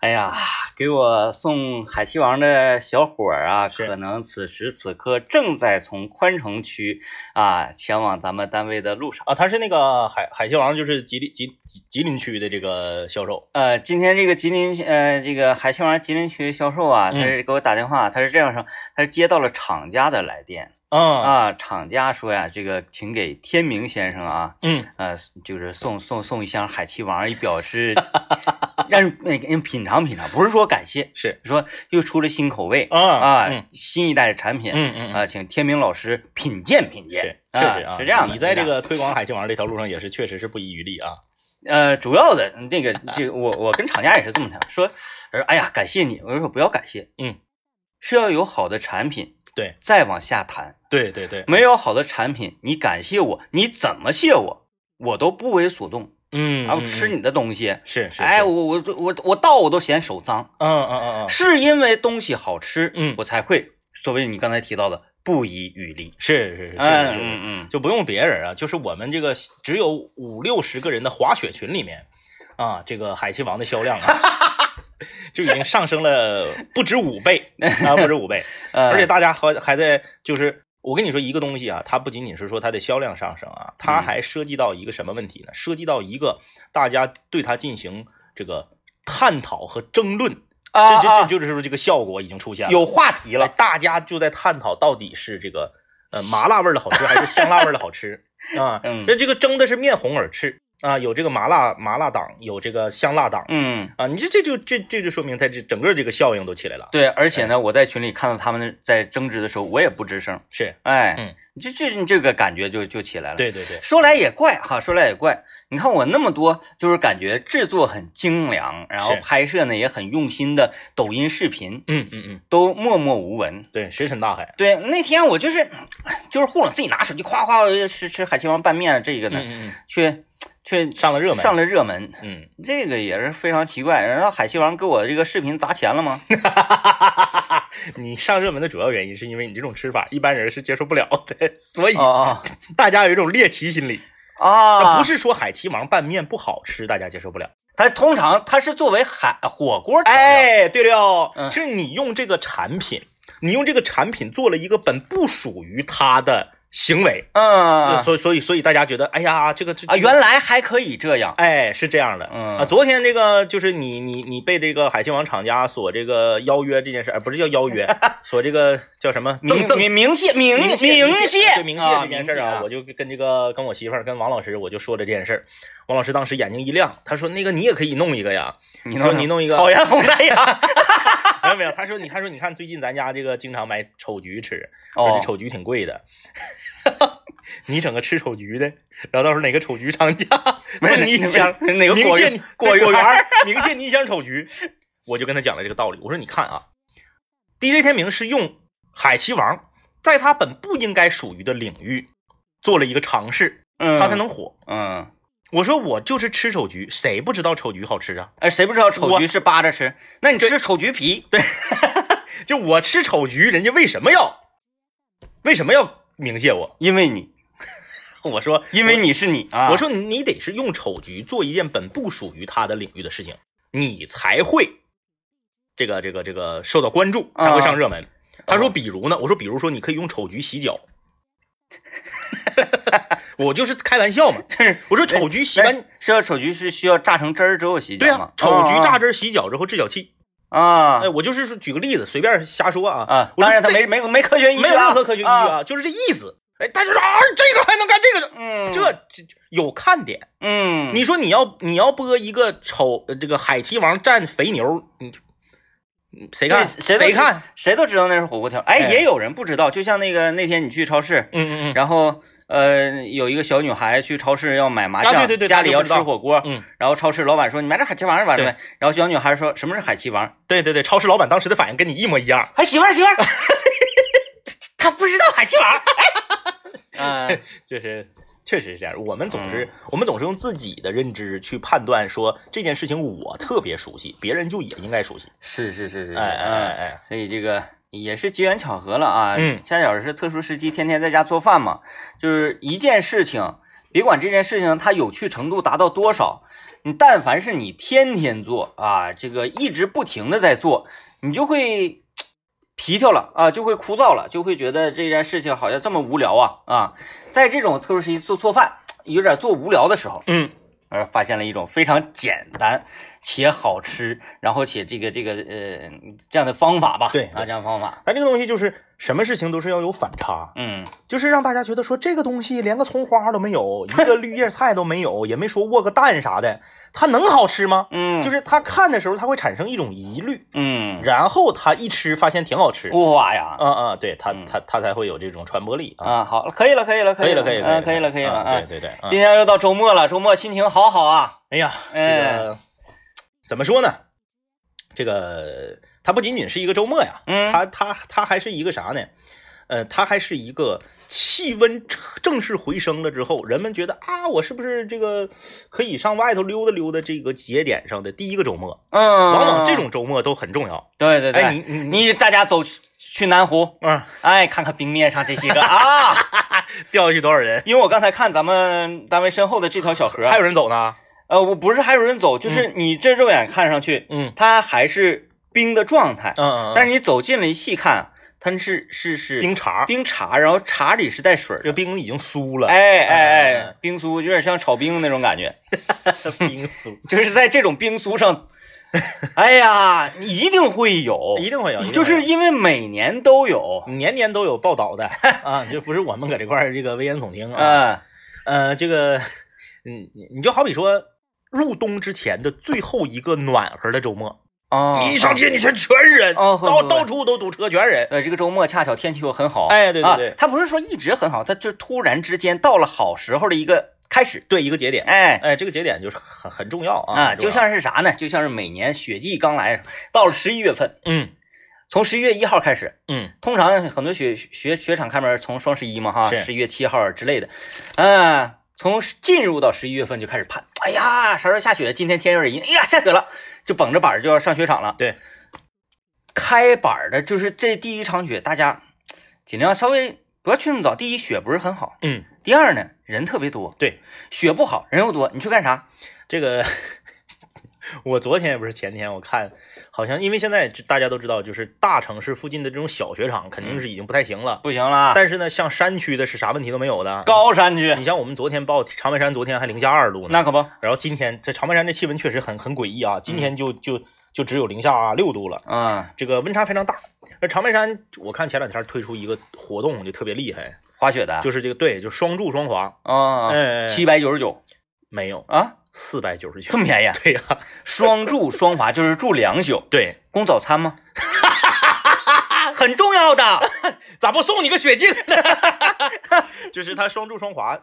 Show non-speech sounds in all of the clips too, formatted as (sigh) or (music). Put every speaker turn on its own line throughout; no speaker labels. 哎呀，给我送海西王的小伙儿啊，
是
可能此时此刻正在从宽城区啊前往咱们单位的路上。
啊，他是那个海海蟹王，就是吉林吉吉吉林区的这个销售。
呃，今天这个吉林呃这个海西王吉林区销售啊，
嗯
他是给我打电话，他是这样说，他是接到了厂家的来电
啊，
啊，厂家说呀，这个请给天明先生啊，
嗯，
呃，就是送送送一箱海气王，以表示 (laughs) 让人那个人品尝品尝，不是说感谢，
是
说又出了新口味
啊
啊，
嗯
新一代的产品啊、
嗯嗯嗯，
请天明老师品鉴品
是
鉴，
确实
啊，
啊，
是这样的。
你在
是
这
样的
个推广海蟹王这条路上也是确实是不遗余力啊。
呃，主要的那个这个我我跟厂家也是这么谈，说，我说哎呀，感谢你，我说不要感谢，
嗯，
是要有好的产品，
对，
再往下谈，
对对对，
没有好的产品，你感谢我，你怎么谢我，我都不为所动，
嗯，
然后
嗯
啊吃
嗯
你的东西。
是是，
哎，
是
我我我我倒我都嫌手脏，
嗯嗯嗯嗯，
是因为东西好吃，
嗯
我才会所谓你刚才提到的不遗余力。
是是是是
嗯
是是
嗯。嗯，
就不用别人啊，就是我们这个只有五六十个人的滑雪群里面，啊，这个海气王的销
(laughs)
量啊，就已经上升了不止五倍啊，不止五倍，
呃
而且大家还还在就是。我跟你说一个东西啊，它不仅仅是说它的销量上升啊，它
嗯
还涉及到一个什么问题呢？涉及到一个大家对它进行这个探讨和争论，这
啊
这
啊
这就是说这个效果已经出现了。
有话题
了，
了，
大家就在探讨到底是这个呃麻辣味儿的好吃还是香辣味儿的
(laughs)
好吃啊？
嗯
那这个争的是面红耳赤啊，有这个麻辣麻辣党，有这个香辣党
嗯。
啊，你这这就这这就说明它这整个这个效应都起来了，
对，而且呢，我在群里看到他们在争执的时候，我也不吱声。
是
哎，
嗯
这这这个感觉就就起来了。，
对对对，
说来也怪哈，说来也怪，你看我那么多，就是感觉制作很精良，然后
是
拍摄呢也很用心的抖音视频，
嗯嗯嗯，
都默默无闻。
对，石沉大海，
对，那天我就是就是糊弄自己拿手机夸夸我就吃吃海鲜王拌面啊这个
嗯
呢，
嗯
却却
上了热门
上了热门，
嗯
这个也是非常奇怪。然后海鲜王给我这个视频砸钱了
(laughs)
吗？
嗯，你上热门的主要原因是因为你这种吃法一般人是接受不了的， (laughs) 所以
哦
大家有一种猎奇心理。
哦啊，
那不是说海奇王拌面不好吃，大家接受不了。
它通常它是作为海火锅调料，
哎，对了，
嗯
是你用这个产品，你用这个产品做了一个本不属于它的行为，
嗯
所以所以所以大家觉得，哎呀，这个这
啊，原来还可以这样，
哎是这样的，
嗯
啊，昨天这个就是你你你被这个海信王厂家所这个邀约这件事，哎，不是叫邀 (laughs) 约，所这个叫什么赠
明
赠。
明明谢明
明
谢
明对明
明
谢这件事儿啊，我就跟这个跟我媳妇儿跟王老师我就说了这件事儿，王老师当时眼睛一亮，他说那个你也可以弄一个 (laughs) 呀，
啊你
说你弄一个
草原红太
(laughs)
阳，
没有没有，他说你他说你看最近咱家这个经常买丑菊吃，而
哦
且，丑菊挺贵的。 (laughs) 你整个吃丑菊的，然后到时候哪个丑菊厂家
不
(laughs)
是
赠你一箱，
哪个
明
果
谢
园
你
(laughs) 果
对
园
果
儿
园，明谢你一箱丑菊。我就跟他讲了这个道理，我说你看啊，DJ 天明是用海奇王在他本不应该属于的领域做了一个尝试，
嗯
他才能火。
嗯。
我说我就是吃丑菊，谁不知道丑菊好吃啊？
哎，谁不知道丑
我
菊是扒着吃？那你吃丑菊皮？对，
就我吃丑菊，人家为什么要为什么要明谢我？ (laughs)
因为你，
我说，
因为你是你啊！ (laughs)
我，说你你得是用丑菊做一件本不属于他的领域的事情，你才会这个这个这个受到关注，才会上热
啊
门。他说，比如呢？我说，比如说，你可以用丑菊洗脚。 (laughs) 我就是开玩笑嘛。我说丑菊洗完，
是哎要丑菊是需要榨成汁儿之后洗
对
脚
呀
吗？，
丑菊榨
汁
汁儿洗脚之后治脚气。
哎啊
哎，我就是说举个例子，随便瞎说啊
啊！
我说
当然，它
这
没没没科学依据啊，
没有任何科学依据
啊。
啊，就是这意思。哎，大家说啊，这个还能干这个，
嗯，
这这这有看点。
嗯，
你说你要你要播一个丑呃这个海奇王战肥牛，你就嗯谁
对
看
谁都
谁
知
看？
谁都知道那是火锅条。哎，
哎
也有人不知道，就像那个那天你去超市，
嗯嗯嗯，
然后呃有一个小女孩去超市要买麻酱，
啊对对对
家里要
她就不知
吃
道
火锅，
嗯，
然后超市老板说你买点海奇王吧，
对
呗。然后小女孩说什么是海奇王？
对对对，超市老板当时的反应跟你一模一样，
哎，媳妇儿媳妇儿， (laughs) 她不知道海奇王。
(laughs)
(laughs) 哎，嗯
就是确实是这样。我们总是、我们总是用自己的认知去判断说这件事情我特别熟悉，别人就也应该熟悉。
是是是是，
哎哎哎
嗯，
哎，
所以这个也是机缘巧合了啊。
嗯
恰巧是特殊时期，天天在家做饭嘛，就是一件事情，别管这件事情它有趣程度达到多少，你但凡是你天天做啊，这个一直不停的在做，你就会皮条了啊，就会枯燥了，就会觉得这件事情好像这么无聊啊啊！在这种特殊时期做做饭，有点做无聊的时候，
嗯，
而发现了一种非常简单且好吃，然后且这个这个呃这样的方法吧，
对
啊
对
这样方法，
咱这个东西就是什么事情都是要有反差，
嗯
就是让大家觉得说这个东西连个葱花都没有，一个绿叶菜都没有，也没说卧个蛋啥的，它能好吃吗？
嗯，
就是是他看的时候他会产生一种疑虑，
嗯，
然后他一吃发现挺好吃，
哇呀
嗯嗯，对他
嗯
他他才会有这种传播力啊，
啊，好了，可以了，可以了，
可以了
了，
可以
嗯
了
可以了，可以了，
啊
啊
对对对，啊
今天又到周末了，周末心情好好啊。
哎呀，这个怎么说呢？这个它不仅仅是一个周末呀，
嗯
它它它还是一个啥呢？呃，它还是一个气温正式回升了之后，人们觉得啊，我是不是这个可以上外头溜达溜达这个节点上的第一个周末？
嗯，
往
往
往这种周末都很重要。
对对对，
哎，你你
你大家走去去南湖，
啊，
哎，看看冰面上这些个 (laughs) 啊，
掉下去多少人？
因为我刚才看咱们单位身后的这条小河，
还有嗯人走呢？
呃，我不是还有人走，就是你这肉眼看上去，
嗯
它还是冰的状态，
嗯嗯，
但
是
是你走近了一细看，它是是是
冰碴，
冰碴，然后碴里是带水
这
的，
冰已经酥 (laughs) 了，
哎哎
嗯嗯
哎，冰酥有点像炒冰那种感
(laughs)
觉。
冰酥，
就是在这种冰酥上，哎呀，你一定会有，
(laughs) 一定会有，
就
一定会有
是因为每年都有，
年年都有报道 (laughs) 的啊，就不是我们搁这块儿这个危言耸听啊。
嗯
呃，这个，嗯，你你就好比说入冬之前的最后一个暖和的周末，
哦，
你一上街你全全是人，
哦会
到
会
到处都堵车，全是人。
呃，这个周末恰巧天气又很好，
哎，对对对，
啊，它不是说一直很好，它就突然之间到了好时候的一个开始，
对一个节点，
哎。
哎，这个节点就是很很重要啊，
啊，
很
就
重要
像是啥呢？就像是每年雪季刚来，到了十一月份，
嗯
从十一月一号开始，
嗯，
通常很多雪雪雪场开门从双十一嘛哈，
是
十一月七号之类的，嗯、从进入到十一月份就开始盼，哎呀，啥时候下雪？今天天有点阴，哎呀，下雪了，就绷着板儿就要上雪场了。
对，
开板儿的就是这第一场雪，大家尽量稍微不要去那么早。第一，雪不是很好；
嗯，
第二呢，人特别多。
对，
雪不好，人又多，你去干啥？
这个我昨天也不是前天，我看好像因为现在大家都知道，就是大城市附近的这种小雪场
嗯
肯定是已经不太行了，
不行了，
但是呢，像山区的是啥问题都没有的。
高山去
你，像我们昨天报长白山，昨天还零下二度呢。
那可嗯不，
然后今天这长白山这气温确实很很诡异啊，今天就就就只有零下六度了，
嗯，
这个温差非常大。那长白山，我看前两天推出一个活动就特别厉害，
滑雪的，
就是这个对，就双住双滑，
啊，
嗯，
七百九十九
没有
啊，
四百九十九
这，么便宜啊。
对呀、
双住双滑就是住两宿，
对，
供早餐
(laughs)
吗？很重要的，
咋不送你个雪镜呢？ (laughs) 就是它双住双滑，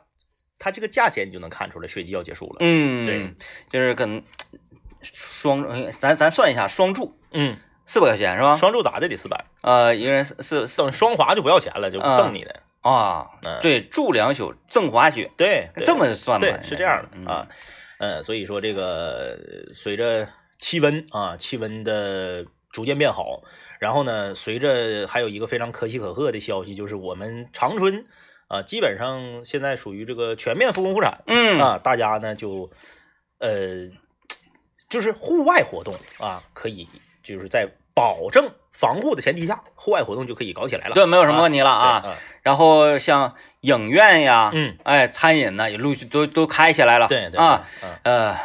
它这个价钱你就能看出来，雪季要结束了。
嗯，
对，
就是可能双，呃咱咱算一下，双住
嗯，
四百块钱是吧？
双住咋的得四百，
呃，一个人四四四
赠双滑就不要钱了，就
嗯
赠你的。
啊
嗯，
对，住两宿赠滑雪，
对，
哎
对
这么算吧？
对是这样
嗯
的啊，，呃，所以说这个呃随着气温啊，气温的逐渐变好，然后呢，随着还有一个非常可喜可贺的消息，就是我们长春啊，基本上现在属于这个全面复工复产
嗯，
啊，大家呢就呃，就是户外活动啊，可以就是在保证防护的前提下，户外活动就可以搞起来了。
对，没有什么
啊
问题了啊。
对，
然后像影院呀，
嗯，
哎，餐饮呐，也陆续都都开起来了，
对对
啊，，
对嗯 (laughs)
呃，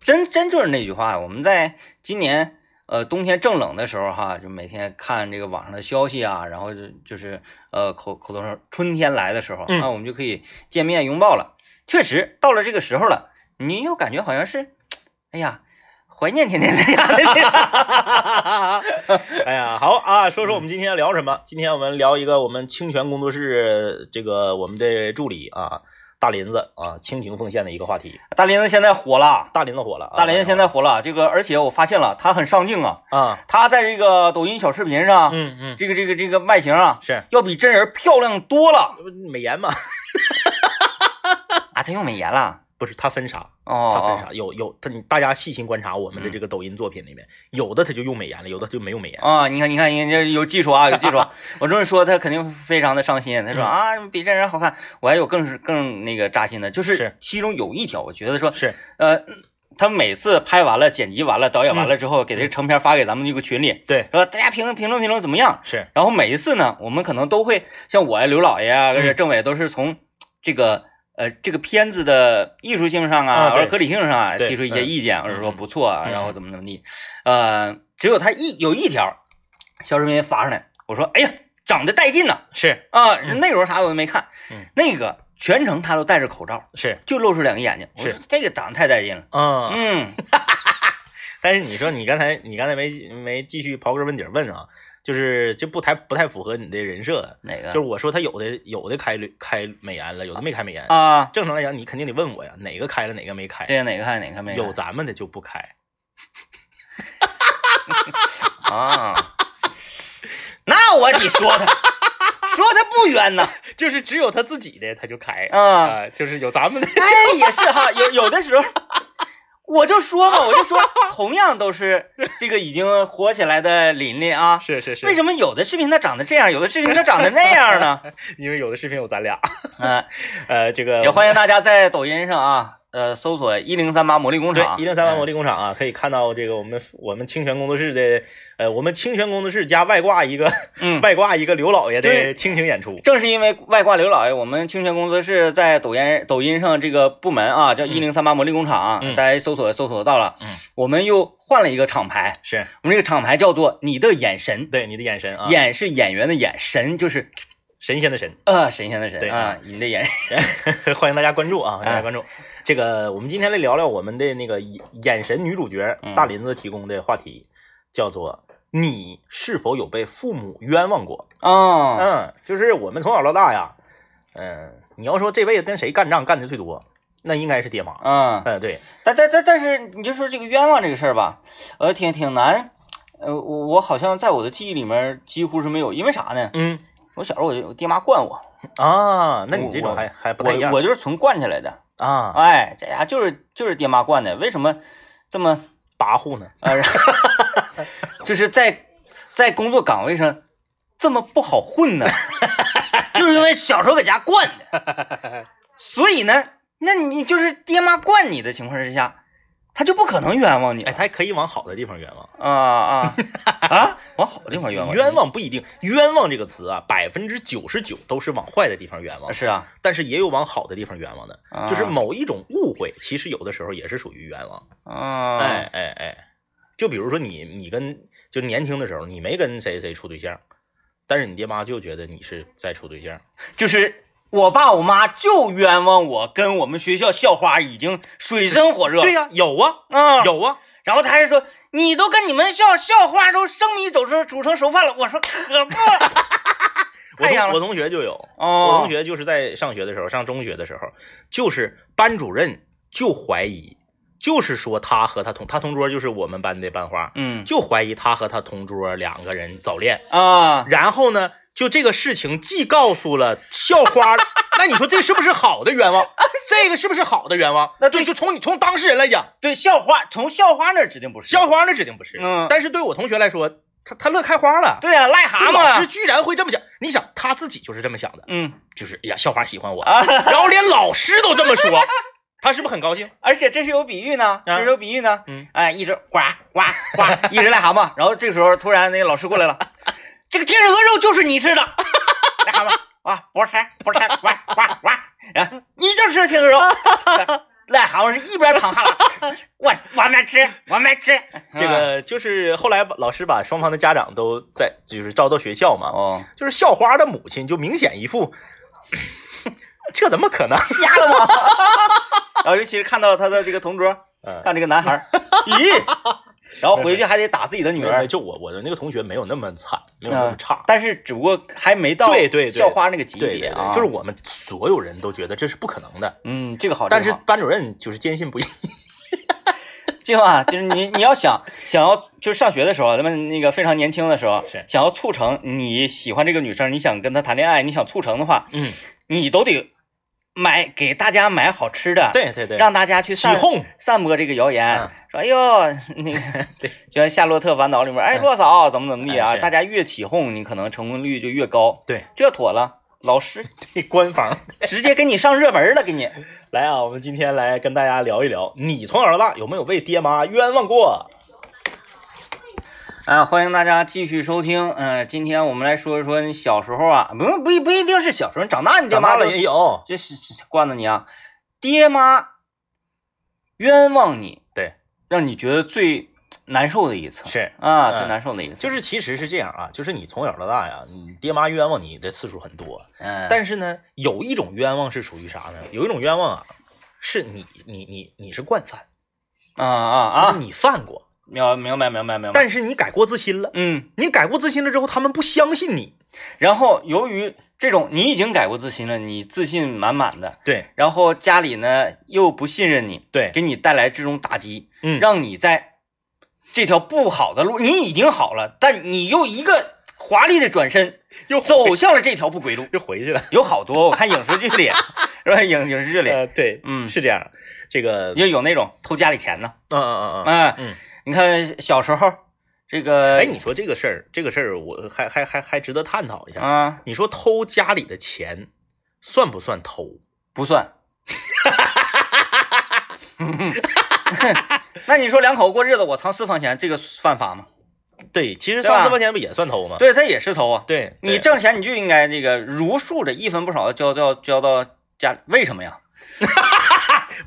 真真就是那句话，我们在今年呃冬天正冷的时候哈，就每天看这个网上的消息啊，然后就就是呃口口头上春天来的时候，
嗯
那我们就可以见面拥抱了。确实到了这个时候了，你又感觉好像是，哎呀，怀念天天在家的那个
哎呀，好啊，说说我们今天要聊什么？今天我们聊一个我们清泉工作室这个我们的助理啊，大林子啊，倾情奉献的一个话题。
(laughs) 大林子现在火了，
大林子火了啊，
大林子现在火了，这个而且我发现了他很上镜啊，
啊，
他在这个抖音小视频上，
嗯嗯，
这个这个这个外形啊，
是
要比真人漂亮多了。
美颜嘛？
啊，他用美颜了。
不是，他分啥？
哦，
他分啥？有有他，你大家细心观察我们的这个抖音作品里面，有的他就用美颜了，有的就没用美颜。
啊、你看，你看，人家有技术啊，有技术
(laughs)
啊。我这么说，他肯定非常的伤心。他说、
嗯
啊，比真人好看。我还有更是更那个扎心的，就是是其中有一条，我觉得说，
是
呃，他每次拍完了、剪辑完了、导演完了之后，给他成片发给咱们那个群里，
嗯对，
说大家评论评论评论怎么样。
是，
然后每一次呢，我们可能都会像我呀、刘老爷啊，或
嗯
者政委都是从这个呃这个片子的艺术性上
啊
啊，
对
或者合理性上啊，
对
提出一些意见，或者说
嗯
不错啊，
嗯
然后怎么怎么地。呃，只有他一有一条，肖志明发上来，我说哎呀，长得带劲呐
是
啊，
嗯
内容啥我都没看
嗯，
那个全程他都戴着口罩，
是，
就露出两个眼睛，我说
是
这个长得太带劲了。
嗯， (laughs)
嗯，
但是你说你刚才你刚才没没继续刨根问底儿问啊，就是这不太不太符合你的人设。
哪个？
就是我说他有的有的开绿开美颜了，有的没开美颜。
啊，
正常来讲，你肯定得问我呀，哪个开了，哪个没开？
对，哪个看哪个没看？
有咱们的就不开，
啊，那我得说
(laughs)
他，说他不冤呐。
就是只有他自己的他就开
啊
就是有咱们 (laughs) 的
哎，也是哈，有有的时候，我就说嘛，我就说，同样都
(laughs)
是这个已经火起来的琳琳啊，
是是是，
为什么有的视频它长得这样，有的视频它长得那样呢？
因为有的视频有咱俩，
嗯、
呃，这个
也欢迎大家在抖音上啊，呃，搜索一零三八魔力工
对
厂，
一零三八魔
力，
力工厂啊，可以看到这个我们我们清泉工作室的，呃，我们清泉工作室加外挂一个、
嗯。
(laughs) 外挂一个刘老爷的
对
倾情演出，
正是因为外挂刘老爷，我们清泉工作室在抖音抖音上这个部门啊，叫一零三八魔力工厂，
嗯
大家一搜索搜索到了。
嗯，
我们又换了一个厂牌，
是
我们这个厂牌叫做“你的眼神
对你的眼神”，啊，
眼是演员的眼，神就是
神仙的神， (laughs)
呃神仙的神
对嗯
啊，你的眼 (laughs) 神
欢迎大家关注啊，大家
哎
关注。这个我们今天来聊聊我们的那个眼眼神女主角
嗯
大林子提供的话题，叫做你是否有被父母冤枉过？
啊，
嗯，就是我们从小到大呀，嗯，你要说这辈子跟谁干仗干的最多，那应该是爹妈。
嗯，
嗯，对，
但但但但是你就说这个冤枉这个事儿吧，呃，挺挺难。呃，我我好像在我的记忆里面几乎是没有，因为啥呢？
嗯
我小时候我就我爹妈惯我，
啊，那你这种
我
还还不太一
我
样
我就是纯惯起来的。
啊，
哎，这家就是就是爹妈惯的，为什么这么
跋扈呢？
呃， (laughs) 就是在在工作岗位上这么不好
(laughs)
混呢？就是因为小时候搁家惯的，所以呢，那你就是爹妈惯你的情况之下，他就不可能冤枉你
哎，
了
他还可以往好的地方冤枉，
啊
(laughs)
啊啊！往好的地方冤枉，
冤枉不一定，冤枉这个词啊，百分之九十九都是往坏的地方冤枉，
是啊，
但是也有往好的地方冤枉的，
啊
就是某一种误会，其实有的时候也是属于冤枉。
啊，
哎哎哎，就比如说你你跟就年轻的时候，你没跟谁谁处对象，但是你爹妈就觉得你是在处对象。
就是。我爸我妈就冤枉我跟我们学校校花已经水深火热，
对呀、有啊，
啊，
有啊，
然后他还说：“你都跟你们校校花都生米煮成煮成熟饭了。”我说：“可
(laughs)
不，
我
太阳
同
了
我同学就有，
哦
我同学就是在上学的时候，上中学的时候，就是班主任就怀疑，就是说他和他同他同桌就是我们班的班花，
嗯
就怀疑他和他同桌两个人早恋。
啊，
然后呢，就这个事情既告诉了校花， (laughs) 那你说这是不是好的
(laughs)
冤枉？这个是不是好的冤枉？
那
对，就从你从当事人来讲，
对，校花从校花那儿指定不是
校花那指定不是。
嗯
但是对我同学来说，他他乐开花了。
对啊，癞
这
蛤
老
蟆，
师居然会这么想，你想他自己就是这么想的，
嗯
就是哎呀，校花喜欢我，
啊，
然后连老师都这么说，他是不是很高兴？
而且这是有比喻呢，这是有比喻呢，
啊嗯，
哎，一直呱呱呱， (laughs) 一直癞蛤蟆，然后这时候突然那个老师过来了， (laughs) 这个天鹅肉就是你吃的， (laughs) 癞蛤蟆啊，不吃不吃，呱呱呱，啊，你就吃天鹅肉， (laughs) 癞蛤蟆是一边淌哈喇， (laughs) 我我没吃，我没吃，
这个就是后来老师把双方的家长都在就是招到学校嘛，
哦。
就是校花的母亲就明显一副，这怎么可能？
瞎了吗？ (laughs) 然后尤其是看到他的这个同桌，
(laughs) 嗯，
看这个男孩儿，咦，然后回去还得打自己的女
没有
儿，
就我我的那个同学没有那么惨，没有那么差。
嗯但是只不过还没到
对对对
校花那个级
对
别
对
啊，
对，就是我们所有人都觉得这是不可能的，
嗯，这个好，
但是
这个好
班主任就是坚信不疑。
这个啊，就是你你要想想要就是上学的时候，咱们那个非常年轻的时候
是，
想要促成你喜欢这个女生，你想跟她谈恋爱，你想促成的话，
嗯，
你都得买给大家买好吃的，
对对对，
让大家去
起
散
哄
散播这个谣言，
嗯
说哎呦那 (laughs) 个，就像《夏洛特烦恼》里面，哎，
嗯
洛嫂怎么怎么地
哎
啊，
是
大家越起哄，你可能成功率就越高，
对，
这妥了，老师
对官方。
直接给你上热门了，给你。
来啊，我们今天来跟大家聊一聊，你从小到大有没有为爹妈冤枉过？
啊，欢迎大家继续收听。嗯、今天我们来说一说你小时候啊，不用不一不一定是小时候，你长大你
干
爹
嘛
妈
了
了
也有，
这是是惯着你啊，爹妈冤枉你，
对，
让你觉得最难受的一次
是，
啊，
嗯
最难受的一次，
就是其实是这样啊，就是你从小到大呀，你爹妈冤枉你的次数很多，
嗯，
但是呢，有一种冤枉是属于啥呢？有一种冤枉啊，是你你你你是惯犯
啊啊
啊，就是
啊，
你犯过，
明明白明白明白，
但是你改过自新了，
嗯，
你改过自新了之后，他们不相信你，
然后由于这种你已经改过自新了，你自信满满的，
对
然后家里呢又不信任你，
对，
给你带来这种打击，
哎嗯，
让你在这条不好的路，你已经好了，但你又一个华丽的转
(laughs)
身，
又
走向了这条不归路。
又回去了，
有好多，我看影视剧
(laughs)
里，是吧？影影视剧里
呃，对，
嗯
是这样，这个，嗯
也有那种偷家里钱呢。
嗯嗯嗯，
啊，
嗯
你看小时候这个，
哎，你说这个事儿，这个事儿，我还还还还值得探讨一下。
啊
你说偷家里的钱，算不算偷？
不
(laughs)
算。 (laughs) 那你说两口过日子，我藏私房钱，这个犯法
(laughs)
吗？
对，其实
对吧
上私房钱不也算偷吗？
对他也是偷啊。
对，对
你挣钱你就应该那个如数的一分不少的交到交到家里，为什么呀？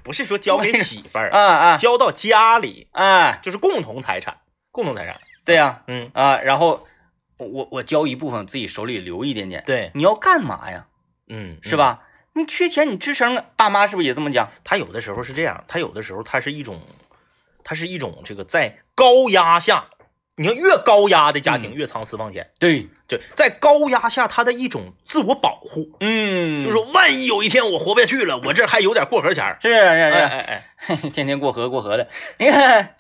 不是说交 (laughs) 给媳妇儿，
啊啊
交到家里，
啊！
就是共同财产，共同财产。
对呀
嗯，
啊然后我我我交一部分，自己手里留一点点。
对，
你要干嘛呀？
嗯，
是？吧？你缺钱你吱声，爸妈是不是也这么讲？
他有的时候是这样，他有的时候他是一种，他是一种这个在高压下，你看越高压的家庭
嗯
越藏私房钱，
对，
就在高压下他的一种自我保护，
嗯，
就是说万一有一天我活不下去了，我这还有点过河钱儿。
是啊是
哎
啊
哎哎，
是啊， (laughs) 天天过河过河的。你看，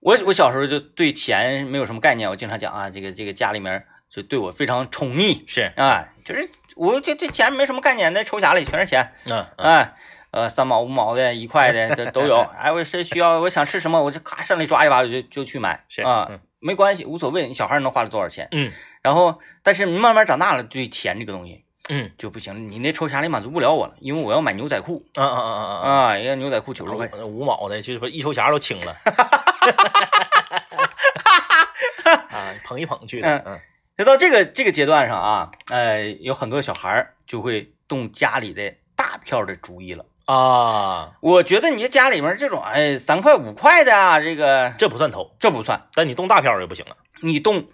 我我小时候就对钱没有什么概念，我经常讲啊，这个这个家里面就对我非常宠溺
是，
啊，就是我这这钱没什么概念，那抽匣里全是钱
嗯嗯
啊。呃，三毛、五毛的、一块的，都都有。哎，我谁需要，我想吃什么，我就咔上来抓一把，我就就去买
是
啊、
嗯
没关系，无所谓。你小孩能花了多少钱？
嗯
然后，但是慢慢长大了，对钱这个东西
嗯
就不行，你那抽匣里满足不了我了，因为我要买牛仔裤
啊啊啊啊啊！
啊，一个牛仔裤九十块，
五五毛的，就是说一抽匣都
(laughs)
清了。啊，捧一捧去的，嗯
就到这个这个阶段上啊，呃，有很多小孩儿就会动家里的大票的主意了。
啊，
我觉得你这家里面这种哎三块五块的啊，这个
这不算偷，
这不算，
但你动大票就不行了，啊
你动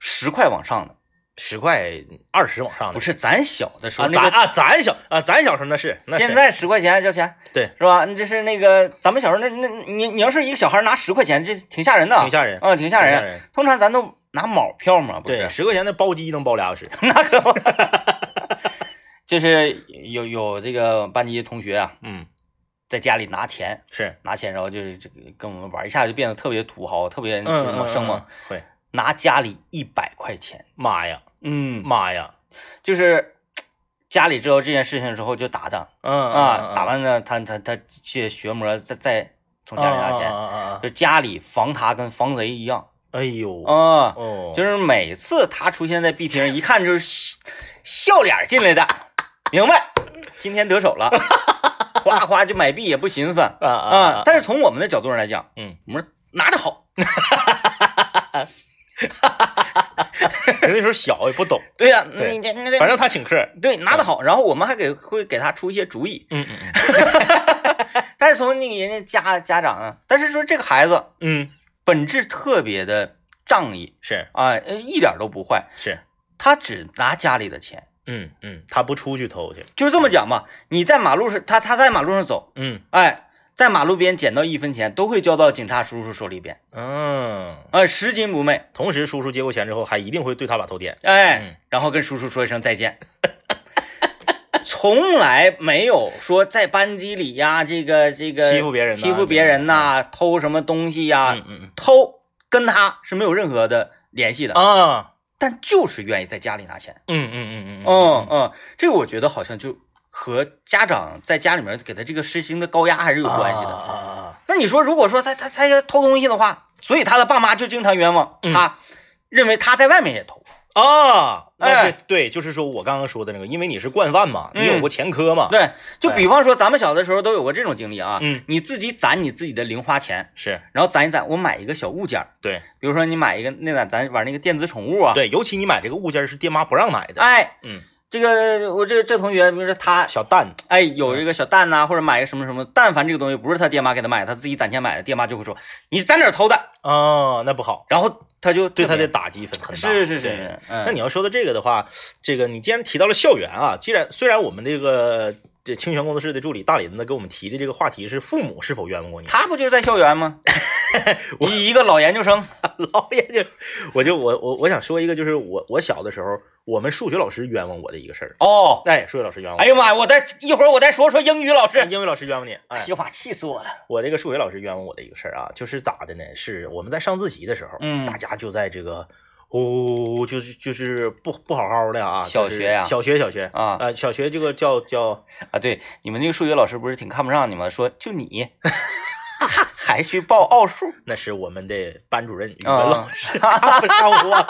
十块往上的，
十块、二十往上的
不是咱小的时候
啊，
那
咱
个，
啊，咱小啊，咱小时候那是，那是
现在十块钱叫钱
对
是吧？你这是那个咱们小时候那那你你要是一个小孩拿十块钱，这挺吓人的，
挺吓人，
啊，挺吓人。通常咱都拿毛票嘛，不
对，
是？
十块钱的包机能包俩小
(laughs)
时，
就是有有这个班级同学啊，
嗯，
在家里拿钱，
是，
拿钱，然后就是这个跟我们玩，一下就变得特别土豪，特别就是
嗯，
陌生嘛。
嗯？嗯会，
拿家里一百块钱，
妈呀，
嗯，
妈呀，
就是家里知道这件事情之后就打他
嗯
啊，打完
完
呢，他他他去学魔，再再从
从
家里拿钱，
钱，
就家里防他跟防贼一样
哎呦，
啊。
啊哦，
就是每次他出现在 B 厅，一看就是笑笑脸进
(laughs)
来的，明白？今天得手了，夸夸就买币也不寻思
啊啊
啊
啊。
但是从我们的角度上来讲，
嗯，
我们拿着好，
那时候小也不懂，
对呀、
对
你你你
反正他请客，
对拿得好，然后我们还给会给他出一些主意。
嗯嗯
但是从那个人家家家长啊，但是说这个孩子
嗯，嗯
本质特别的仗义
是
啊，呃一点都不坏，
是，
他只拿家里的钱，
嗯嗯，他不出去偷去，
就这么讲嘛。你在马路上，他他在马路上走，
嗯
哎，在马路边捡到一分钱，都会交到警察叔叔手里边，
嗯。
哎，拾金不昧，
同时，叔叔接过钱之后，还一定会对他把头点。嗯
哎，然后跟叔叔说一声再见。从来没有说在班级里呀，这个这个
欺负别人呐
欺负别人呐，偷什么东西呀，
嗯嗯
偷跟他是没有任何的联系的，
啊，
但就是愿意在家里拿钱。
嗯嗯嗯嗯，
嗯嗯，这个我觉得好像就和家长在家里面给他这个实行的高压还是有关系的。
啊啊啊
那你说，如果说他他他要偷东西的话，所以他的爸妈就经常冤枉
嗯
他，认为他在外面也偷，
啊，那
哎
对对，就是说我刚刚说的那个，因为你是惯犯嘛，你有过前科嘛，
对，就比方说咱们小的时候都有过这种经历啊，
啊嗯，
你自己攒你自己的零花钱，
是
然后攒一攒，我买一个小物件儿，
对
比如说你买一个那咱咱玩那个电子宠物啊，，
对，尤其你买这个物件是爹妈不让买的，
哎，
嗯，
这个我这这同学，比如说他
小蛋，
哎有一个小蛋呐、或者买一个什么什么，但凡这个东西不是他爹妈给他买的，他自己攒钱买的，爹妈就会说你在哪儿偷的，
啊，那不好，
然后他就
对他的
的
打击很很大。
是是是
对
是，嗯
那你要说到这个的话，这个你既然提到了校园啊，既然虽然我们这个这清泉工作室的助理大林子给我们提的这个话题是父母是否冤枉过你，
他不就是在校园 (laughs) 吗？一一个老研究生，
老爷就我就我我我想说一个，就是我我小的时候，我们数学老师冤枉我的一个事儿。
哦，
哎，数学老师冤枉
哎
我，
呀妈呀，我再一会儿我再说说英语老师，
英语老师冤枉你。哎，
呀妈，气死我了，
我这个数学老师冤枉我的一个事儿啊，就是咋的呢？是我们在上自习的时候，
嗯
大家就在这个。哦，就是就是不不好好的啊，
小
就是
学呀
小学小学
啊
呃，小学这个叫叫
啊，对，你们那个数学老师不是挺看不上你吗？说就 (laughs) 你，还去报奥数
那是我们的班主任语文老
啊
师看不上我，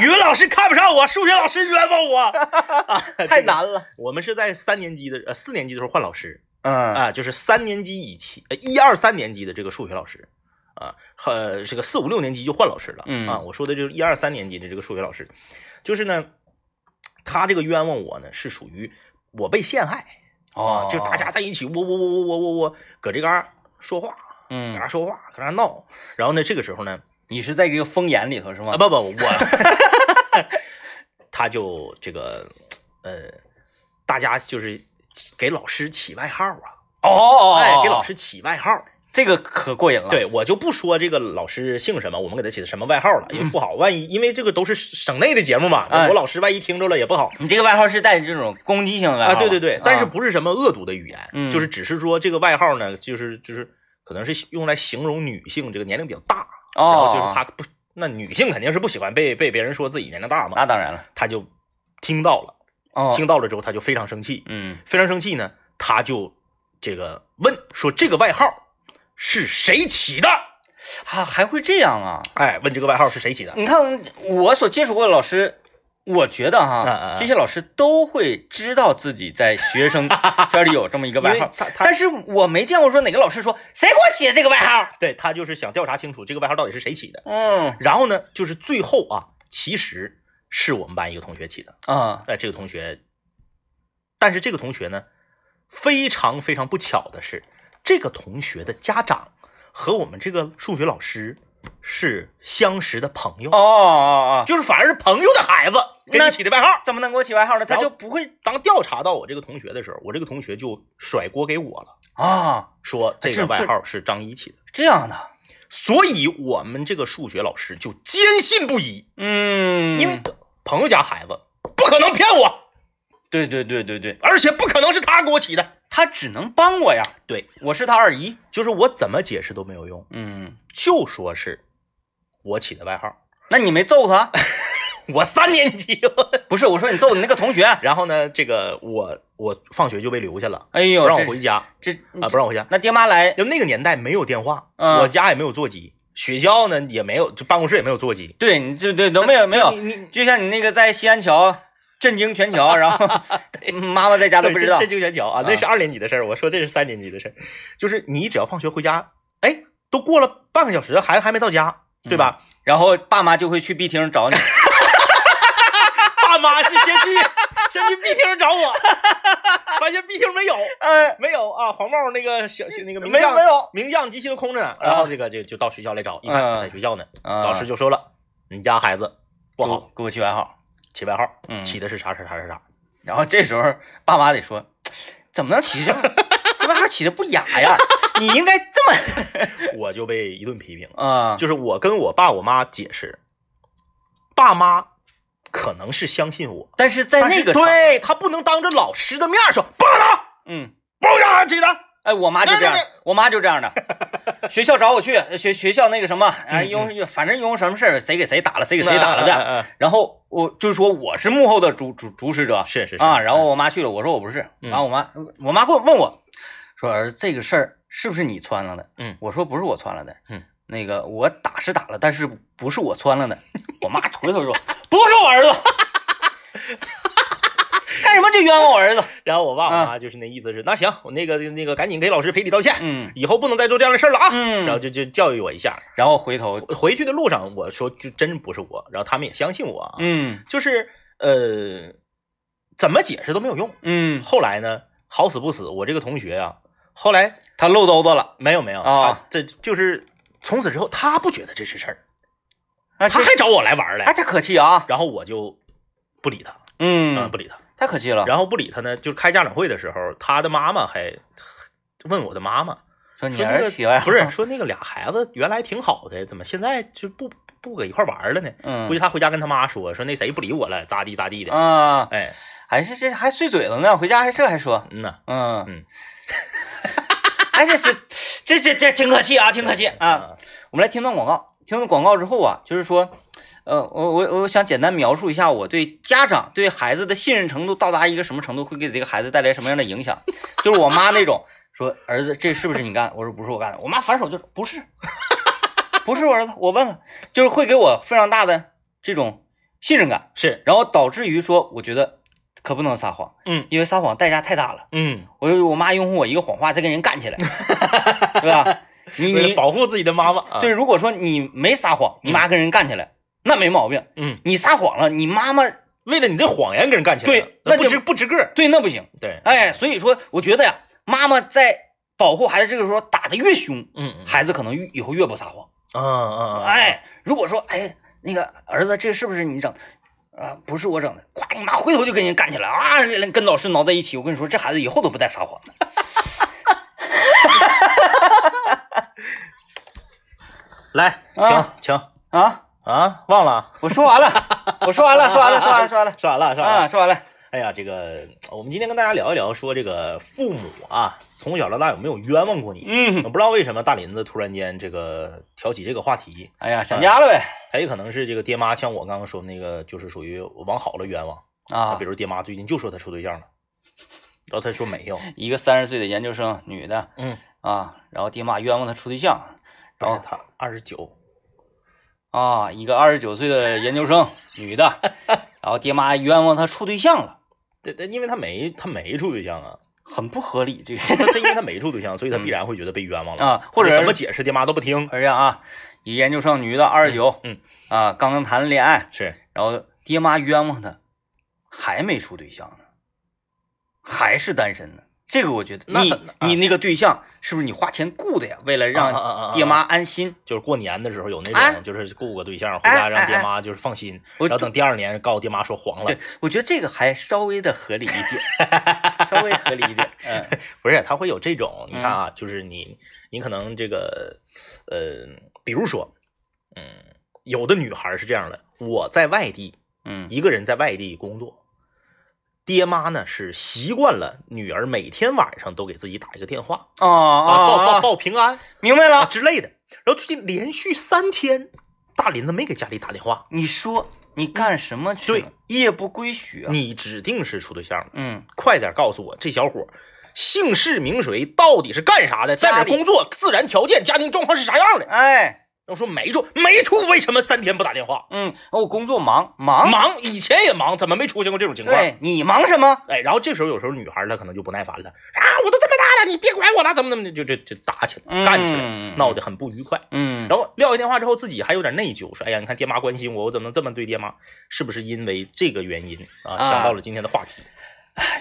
语文老师看不上我，数学老师冤枉我啊，
(laughs) 太
这个。
难了。
我们是在三年级的呃四年级的时候换老师
嗯
啊，就是三年级以前呃一二三年级的这个数学老师啊，呃这个四五六年级就换老师了
嗯
啊。我说的就是一二三年级的这个数学老师，就是呢，他这个冤枉我呢是属于我被陷害
哦
啊，就大家在一起喔我我我我我我我搁这嘎儿说话。搁
嗯
那，说话，搁那闹。然后呢，这个时候呢，
你是在这个风眼里头是吗
啊？不不我，
(laughs)
他就这个呃，大家就是给老师起外号啊，
哦哦
哎，给老师起外号。
这个可过瘾了。，
对我就不说这个老师姓什么，我们给他起的什么外号了，也不好，万一因为这个都是省内的节目嘛，
嗯哎
我老师万一听着了也不好。
你这个外号是带着这种攻击性的外号
啊，
吗
对对对，但是
啊
不是什么恶毒的语言，
嗯
就是只是说这个外号呢，就是就是可能是用来形容女性这个年龄比较大，
哦，
然后就是他不，那女性肯定是不喜欢被被别人说自己年龄大嘛，
那当然了，
他就听到了，
啊哦，
听到了之后他就非常生气，
嗯，
非常生气呢，他就这个问说这个外号是谁起的？
还还会这样啊？
哎，问这个外号是谁起的？
你看我所接触过的老师，我觉得哈，
嗯嗯嗯
这些老师都会知道自己在学生 (laughs) 圈里有这么一个外
因为
号，
他他
但是我没见过说哪个老师说谁给我写这个外号。
对他就是想调查清楚这个外号到底是谁起的。
嗯
然后呢，就是最后啊，其实是我们班一个同学起的。
啊
哎，这个同学，但是这个同学呢，非常非常不巧的是，这个同学的家长和我们这个数学老师是相识的朋友，
哦哦哦，
就是反而是朋友的孩子给你
那
起的外号。
怎么能给我起外号呢？他
然后
就不会
当调查到我这个同学的时候，我这个同学就甩锅给我了，
啊
说哎这
这
个外
这
号是张一起的。
这样的。
所以我们这个数学老师就坚信不疑，
嗯，
因为朋友家孩子不可能骗我，
对对对对对，
而且不可能是他给我起的。
他只能帮我呀，
对，
我是他二姨。
就是我怎么解释都没有用，
嗯，
就说是我起的外号。 (laughs)
那你没揍他？ (laughs)
我三年级，
不是，我说你揍你那个同学。
(laughs) 然后呢，这个我我放学就被留下了，
哎呦，
不让我
这
回家啊、
这
不让我回家。
那爹妈来，
因为那个年代没有电话，
嗯
我家也没有座机，学校呢也没有，就办公室也没有座机。
对你这对都没有没有，
你你
就像你那个在西安桥震惊全
(laughs)
桥，然后妈妈在家都不知道
这。就全桥啊
啊，
那是二年级的事儿，我说这是三年级的事儿，就是你只要放学回家，哎，都过了半个小时，孩子还没到家，
嗯
对吧？
然后爸妈就会去 B 厅找你，
爸妈是先去 (laughs) 先去 B 厅找我，发现 B 厅 (laughs) 没有，
哎，
没有啊，黄帽那个小小那个名
嗯没有
将
没有
名将机器都空着呢，然后这个就就到学校来找，一看
嗯
在学校呢，
啊
老师就说了，你家孩子不
给
好，
我给我起外号。
起外号，
嗯
起的是啥啥啥啥 (laughs) 啥，
然后这时候爸妈得说，怎么能起这
(laughs)
这外号起的不雅呀？你应该这么
我 (laughs) 就被一顿批评了。
啊，
就是我跟我爸我妈解释，爸妈可能是相信我，
但是在
但
哎那
是
个场合，
对他不能当着老师的面说，不能打，
嗯。
不能
(laughs)
让起的，
哎，我妈就这样
那那，
我妈就这样的。学校找我去，学学校那个什么，哎，因反正因为什么事儿，谁给谁打了，谁给谁
(laughs)
打了
嗯
的。
嗯嗯嗯
然后我就说我是幕后的主主主使者
是是是
啊。然后我妈去了，我说我不是。
嗯
然后我妈我妈给我问我说儿子这个事儿是不是你穿了的？
嗯
我说不是我穿了的。
嗯，
那个我打是打了，但是不是我穿了的。我妈回头说：“ (laughs) 不是我儿子，干什么就冤枉我儿子
(laughs) 然后我爸
啊
我妈就是那意思是，那行，我那个那个赶紧给老师赔礼道歉？”，
嗯
以后不能再做这样的事儿了啊。
嗯，
然后就就教育我一下。
然后回头，
回去的路上我说就真不是我，然后他们也相信我啊，
嗯
就是呃，怎么解释都没有用。
嗯，
后来呢，好死不死，我这个同学啊，后来
他漏兜子了，
没有没有
啊
他这就是从此之后他不觉得这是事儿，
啊，
他
这
还找我来玩儿来
哎，，他可气啊，
然后我就不理他，嗯，
嗯
不，理他。
太可气了，
然后不理他呢，就是开家长会的时候，他的妈妈还问我的妈妈，
说你
说那
儿
个
子喜欢啊
不是，说那个俩孩子原来挺好的，怎么现在就不不搁一块玩儿了呢？
嗯
估计他回家跟他妈说，说那谁不理我了，咋地咋地的。
啊，
哎，
还是这还碎嘴子呢，回家还这还说，
嗯呐，
嗯
嗯，
(laughs) 哎，这是这这这挺可气啊，挺可气
嗯
啊。，我们来听段广告，听段广告之后啊，就是说，呃，我我我想简单描述一下我对家长对孩子的信任程度到达一个什么程度，会给这个孩子带来什么样的影响。 (laughs) 就是我妈那种说儿子这是不是你干的？我说不是我干的，我妈反手就是 (laughs) 不是，不是我儿子，我问了，就是会给我非常大的这种信任感，
是，
然后导致于说，我觉得可不能撒谎，
嗯
因为撒谎代价太大了。
嗯，
我就我妈拥护我一个谎话，再跟人干起
(laughs)
来，对吧？你
为了
你
保护自己的妈妈啊，
对，，如果说你没撒谎，你妈跟人干起来，那没毛病。
嗯，
你撒谎了，你妈妈
为了你的谎言跟人干起来了，
对
那
那
不
就
值不值个儿，
对那不行。
对，
哎，所以说我觉得呀，妈妈在保护孩子这个时候打的越凶，
嗯，嗯，
孩子可能越以后越不撒谎。
嗯嗯，嗯，
哎，如果说哎那个儿子这是不是你整的？啊，不是我整的，咵，你妈回头就跟人干起来啊，跟老师挠在一起。我跟你说，这孩子以后都不带撒谎的。
来，
啊
请请
啊，
啊，忘了，
我说完了， (laughs) 我说完了，说完了，说完了，说完了
(laughs) 说完了，说完
啊，
了。
说完了。
哎呀，这个我们今天跟大家聊一聊，说这个父母啊，从小到大有没有冤枉过你？
嗯，
我不知道为什么大林子突然间这个挑起这个话题，
哎呀，想家了呗
他也可能是这个爹妈，像我刚刚说那个，就是属于往好了冤枉。
啊
比！如爹妈最近就说他处对象了，然后他说没有，
一个三十岁的研究生女的
嗯，
啊，然后爹妈冤枉她处对象，然
然后
后
他二十九，
啊，一个二十九岁的研究生女
(laughs)
的，然后爹妈冤枉她处对象了，
对对，因为他没他没处对象啊， (laughs)
很不合理这个。
他他因为他没处对象，所以他必然会觉得被冤枉
嗯
了
啊或者
你怎么解释爹妈都不听，
而且啊，一研究生女的二十九，
嗯
啊，刚刚谈了恋爱，
是
然后爹妈冤枉她，还没处对象呢，还是单身呢。这个我觉得，
那
你
很
你那个对象是不是你花钱雇的呀？为了
啊啊啊啊啊
让爹妈安心，
就是过年的时候有那
哎
种，就是雇个对象回家
哎
让爹
哎
妈就是放心，
我
然后等第二年告诉爹妈说黄了
对，，我觉得这个还稍微的合理一点，
(laughs)
稍微合理一点。嗯
不是他会有这种，你看啊，就是你你可能这个呃，比如说，嗯，有的女孩是这样的，我在外地，
嗯
一个人在外地工作，爹妈呢是习惯了女儿每天晚上都给自己打一个电话
哦
啊，报
哦
报 (laughs)
哦，
报平安
明白
啊
了。
之类的。然后最近连续三天，大林子没给家里打电话，
你说你干什么去了？夜不归宿啊。
你指定是处对象了，
嗯，
快点告诉我这小伙儿姓氏名谁，到底是干啥的，在哪
家
儿
里
工作，自然条件、家庭状况是啥样的。
哎，
我说没处，没处，为什么三天不打电话？
嗯，我工作忙忙，
忙，以前也忙，怎么没出现过这种情况？
啊对你忙什么？
哎，然后这时候有时候女孩儿她可能就不耐烦了啊，我都这么大了，你别管我了，怎么怎么的，就这这打起来，
嗯
干起来，闹得很不愉快。
嗯，
然后撂下电话之后，自己还有点内疚，说：“哎呀，你看爹妈关心我，我怎么能这么对爹妈？是不是因为这个原因啊？
啊
想到了今天的话题，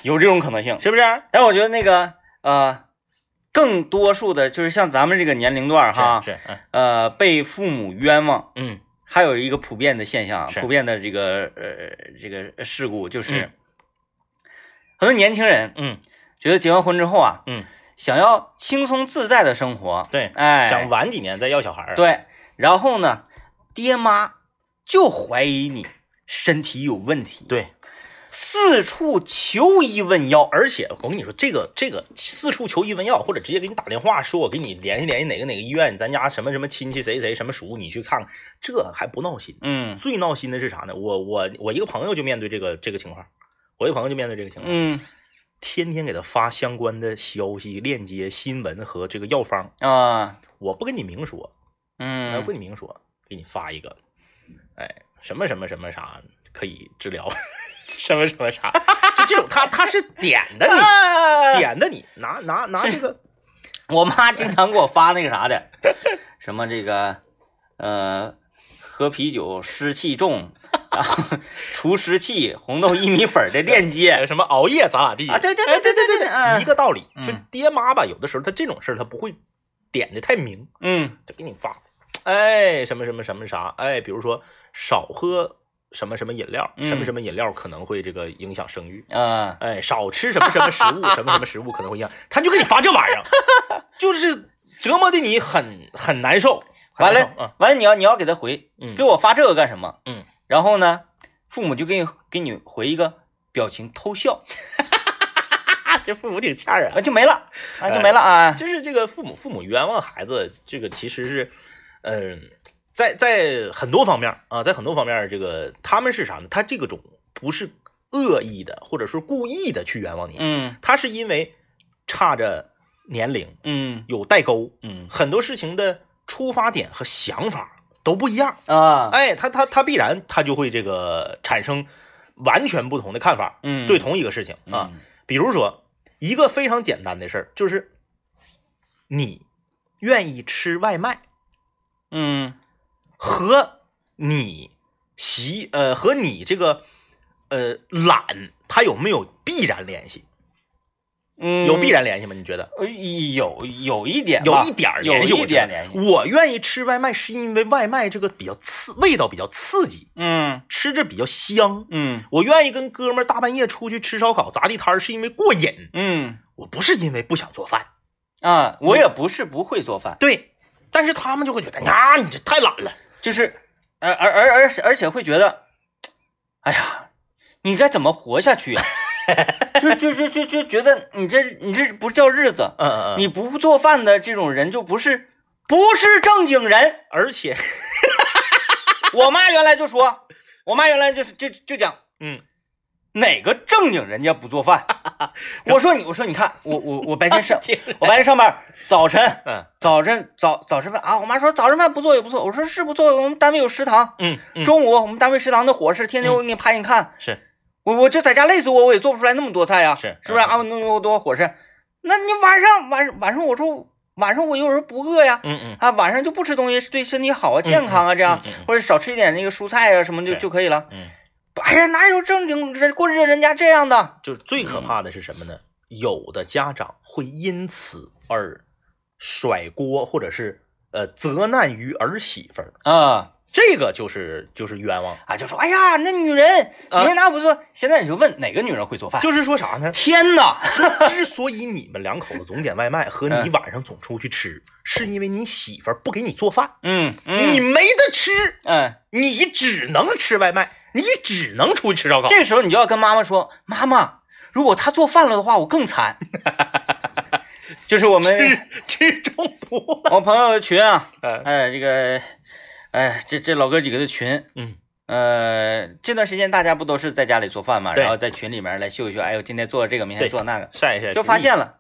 有这种可能性。
是不是？
但是我觉得那个呃，更多数的就是像咱们这个年龄段儿哈
是，是，嗯
呃，被父母冤枉，
嗯
还有一个普遍的现象，啊
是
普遍的这个呃这个事故就是，
嗯
很多年轻人
嗯
觉得结完婚之后啊，
嗯，
想要轻松自在的生活，
对，
哎，
想晚几年再要小孩儿，
对，然后呢，爹妈就怀疑你身体有问题，，
对，
四处求医问药，
而且我跟你说，这个这个四处求医问药，或者直接给你打电话说，我给你联系联系哪个哪个医院，咱家什么什么亲戚谁谁什么叔，你去看看，这还不闹心。
嗯
最闹心的是啥呢？我我我一个朋友就面对这个这个情况，我一个朋友就面对这个情况，
嗯
天天给他发相关的消息、链接、新闻和这个药方，
啊
我不跟你明说，我不
嗯
跟你明说，给你发一个，哎，什么什么什么啥可以治疗， (laughs) 什么什么啥，就这种他他是点的你，
啊
点的你，拿拿拿这 (laughs) 个，
我妈经常给我发那个啥的，什么这个，呃，喝啤酒湿气重，然后除湿气红豆薏米粉儿的链接
呃什么熬夜咋咋地
啊，对对
哎
对
对
对对
对
对，
一个道理，
嗯
就爹妈吧，有的时候他这种事儿他不会点的太明，
嗯
就给你发，哎，什么什么什么啥，哎，比如说少喝什么什么饮料，
嗯
什么什么饮料可能会这个影响生育，
啊，
哎，少吃什么什么食物，什么什么食物可能会影响，他就给你发这玩意儿，就是折磨的你很很难受。很
完
难受
了完了，你要你要给他回，
嗯
给我发这个干什么？
嗯，
然后呢，父母就给你给你回一个表情偷笑，
啊，这父母挺欠人
啊就没了，啊就没了啊，
哎就是这个父母父母冤枉孩子，这个其实是，嗯、在在很多方面儿啊，在很多方面儿，这个他们是啥呢？他这个种不是恶意的，或者说故意的去冤枉你，
嗯
他是因为差着年龄
嗯
有代沟，
嗯
很多事情的出发点和想法都不一样，
啊，
哎，他他他必然他就会这个产生完全不同的看法，
嗯
对同一个事情啊。
嗯
比如说一个非常简单的事儿，就是你愿意吃外卖
嗯
和你习呃和你这个呃懒，它有没有必然联系？
嗯
有必然联系吗？你觉得？
呃有有一点
有
吧
一点儿
有
联系，
一
我觉
点
得
联系，
我愿意吃外卖，是因为外卖这个比较刺，味道比较刺激，
嗯
吃着比较香。
嗯
我愿意跟哥们儿大半夜出去吃烧烤、砸地摊儿，是因为过瘾。
嗯
我不是因为不想做饭。
啊，我也不是不会做饭，
对，但是他们就会觉得，呀、你这太懒了。
就是而而而而而且会觉得，哎呀，你该怎么活下去呀、 (laughs) 就就就就就觉得你这你这不叫日子，
嗯嗯你
你不做饭的这种人就不是不是正经
(laughs)
人。
而且，
我妈原来就说，我妈原来就是就就讲
嗯，
哪个正经人家不做
(laughs)
饭。我说你，我说你看，我我我白天上
听着，
我白天上班，早晨
嗯
早晨早早晨饭啊，我妈说早晨饭不做也不错，我说是不做，我们单位有食堂，
嗯嗯，
中午我们单位食堂的伙食天天我给你拍你看，
是
我我就在家累死我，我也做不出来那么多菜呀、
是
是不是啊？那么多伙食，那你晚上晚晚上我说晚上我有时候不饿呀，
嗯嗯
啊，晚上就不吃东西是对身体好啊，健康啊，这样、
嗯嗯
或者少吃一点那个蔬菜啊什么就是就可以了。
嗯，
哎呀，哪有正经人过日子人家这样的？
就是最可怕的是什么呢？有的家长会因此而甩锅，或者是呃责难于儿媳妇儿，
啊
这个就是就是冤枉。
啊，就说哎呀，那女人，
啊
女人哪有不做？现在你就问哪个女人会做饭？？
就是说啥呢 (laughs)
天哪！
之所以你们两口子总点外卖和你
嗯
晚上总出去吃，是因为你媳妇儿不给你做饭，
嗯嗯，
你没得吃，
嗯，
你只能吃外卖，你只能出去吃烧烤。
这个时候你就要跟妈妈说，妈妈，如果她做饭了的话，我更惨。 (laughs) 就是我们
哎 (laughs) 吃中毒了。
我朋友群啊，
嗯
哎，这个，哎，这这老哥几个的群，
嗯
呃，这段时间大家不都是在家里做饭嘛，
对
然后在群里面来秀一秀，哎呦，今天做这个，明天
对
做那个，
晒一晒，
就发现了，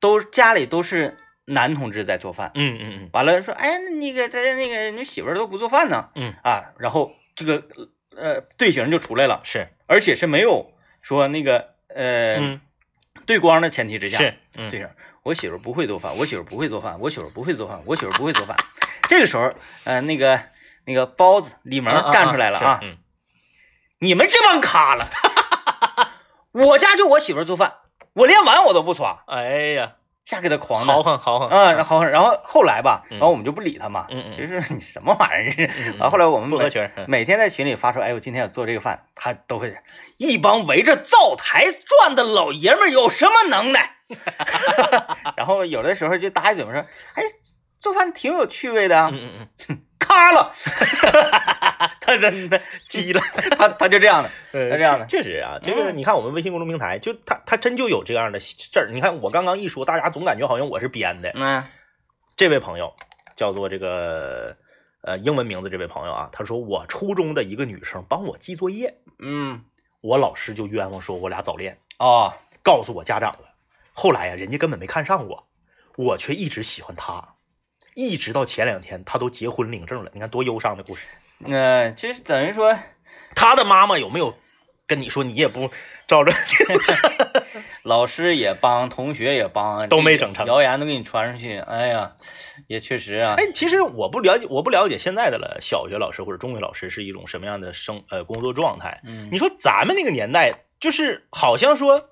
都家里都是男同志在做饭。
嗯嗯
完了说，哎，那那个咱那个你媳妇儿都不做饭呢，
嗯
啊，然后这个呃队形就出来了
嗯，，是，
而且是没有说那个呃、
嗯
对光的前提之下，
是，嗯
对象，我媳妇儿不会做饭，我媳妇儿不会做饭，我媳妇儿不会做饭，我媳妇儿不会做饭。这个时候，呃，那个那个包子李萌站出来了啊，
嗯
你们这帮咖了， (laughs) 我家就我媳妇儿做饭，我连碗我都不刷，
哎呀，
下给他狂
豪
的。
横豪横
啊，然后然后后来吧，
嗯
然后我们就不理他嘛，
嗯嗯
就是你什么玩意儿？
嗯嗯
(laughs) 然后后来我们
不合
每
群儿，嗯
每天在群里发出，哎，我今天要做这个饭，他都会一帮围着灶台转的老爷们儿有什么能耐？ (laughs) 然后有的时候就搭一嘴巴说，哎，做饭挺有趣味的啊，
嗯嗯
咔了，他真的急
(laughs)
了，他他就这样的，
嗯，
他这样的
确实啊，这个
嗯
你看我们微信公众平台，就他他真就有这样的事儿。你看我刚刚一说，大家总感觉好像我是编的。
嗯
这位朋友叫做这个呃英文名字，这位朋友啊，他说我初中的一个女生帮我记作业，
嗯
我老师就冤枉说我俩早恋。
哦
告诉我家长了。后来呀、人家根本没看上我，我却一直喜欢他，一直到前两天他都结婚领证了。你看多忧伤的故事。
呃，就是等于说
他的妈妈有没有跟你说你也不照着
老师也帮，同学也帮，
都没整成
谣言都给你传出去。哎呀，也确实啊，
(laughs) 哎，其实我不了解，我不了解现在的了，小学老师或者中学老师是一种什么样的生呃工作状态。
嗯
你说咱们那个年代，就是好像说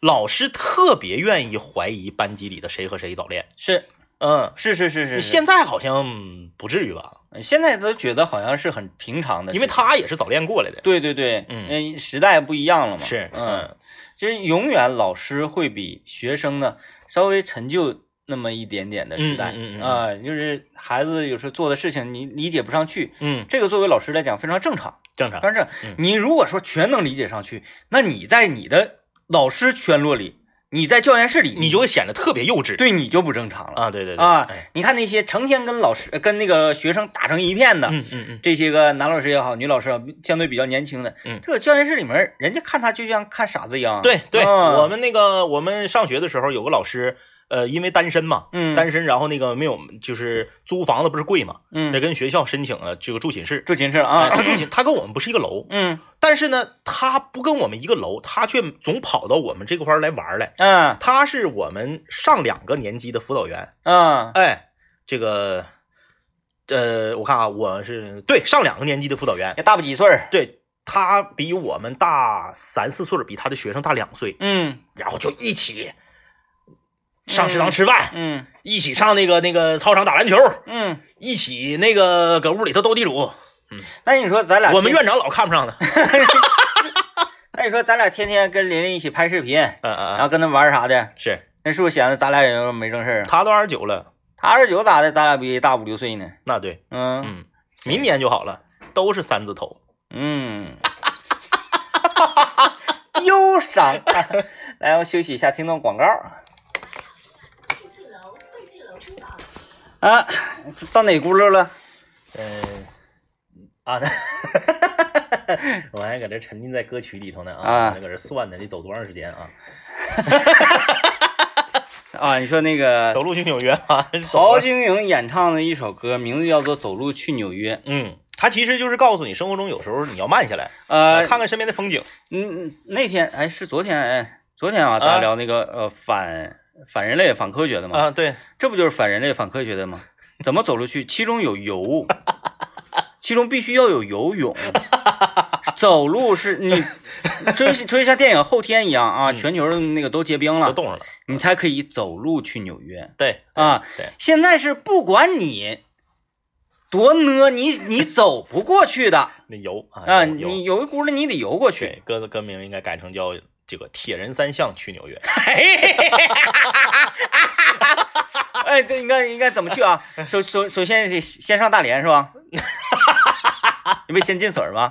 老师特别愿意怀疑班级里的谁和谁早恋。
是
嗯，
是是是是，
你
是
现在好像不至于吧？
现在都觉得好像是很平常的事情，
因为他也是早恋过来的。
对对对，
嗯
嗯，时代不一样了嘛，
是，
嗯，，就是永远老师会比学生呢稍微陈旧那么一点点的时代啊、
嗯嗯嗯嗯
就是孩子有时候做的事情你理解不上去，
嗯，
这个作为老师来讲非常正常。
正常。
但是
嗯
你如果说全能理解上去，那你在你的老师圈落里，你在教研室里，
你就会显得特别幼稚。
对你就不正常了
啊，对对对
啊
哎
你看那些成天跟老师呃跟那个学生打成一片的，
嗯嗯嗯，
这些个男老师也好，女老师啊，相对比较年轻的，
嗯
这个教研室里面，人家看他就像看傻子一样。
对对，
嗯
我们那个我们上学的时候有个老师，呃，因为单身嘛，
嗯，
单身，然后那个没有就是租房子不是贵嘛，得
嗯，
跟学校申请了这个住寝室。
住寝室了
哎，
啊
他，住寝，他跟我们不是一个楼，
(laughs) 嗯
但是呢，他不跟我们一个楼，他却总跑到我们这块儿来玩儿来。
嗯
他是我们上两个年级的辅导员，
嗯
哎，这个，呃，我看啊，我是对上两个年级的辅导员，
也大不几岁儿，
对他比我们大三四岁儿，比他的学生大两岁，
嗯
然后就一起上食堂吃饭，
嗯
一起上那个那个操场打篮球，
嗯。
一起那个搁屋里头斗地主。
那你说咱俩
我们
天，
院长老看不上他，
那你说咱俩天天跟琳琳一起拍视频，
嗯嗯
然
嗯，
后跟她玩儿啥的，
是
那是不是显得咱俩也没正事儿啊？
他都二十九了，
他二十九咋的，咱俩比大五六岁呢。
那对，
嗯
嗯，明年就好了，都是三字头。
嗯，忧伤。来，我休息一下，听段广告。
汇聚楼，汇聚楼珠宝。
啊，到哪轱辘了？呃
嗯，
(laughs)
啊，那我还搁这沉浸在歌曲里头呢
啊
我还搁这算呢，得走多长时间啊？
啊，你说那个
走路去纽约啊？
陶晶莹演唱的一首歌，名字叫做《走路去纽约》。
嗯，他其实就是告诉你，生活中有时候你要慢下来，
呃，
看看身边的风景。
嗯，嗯那天哎，是昨天哎，昨天啊，咱
啊
聊那个、呃反反人类、反科学的嘛，
啊，对，
这不就是反人类、反科学的吗？怎么走路去？其中有游，其中必须要有游泳。走路是你追追像电影《后天》一样啊，
嗯
全球的那个都结冰
都
了，
冻上了。
你才可以走路去纽约。
对，
啊，
对
现在是不管你多呢，你你走不过去的
那游啊，
啊，
游游
你有一轱辘你得游过去。
对歌的歌名应该改成叫这个《铁人三项去纽约》。 (laughs)
哎，对，应该应该怎么去啊？首首首先得先上大连是
(laughs)
吧？你不先进水儿吗？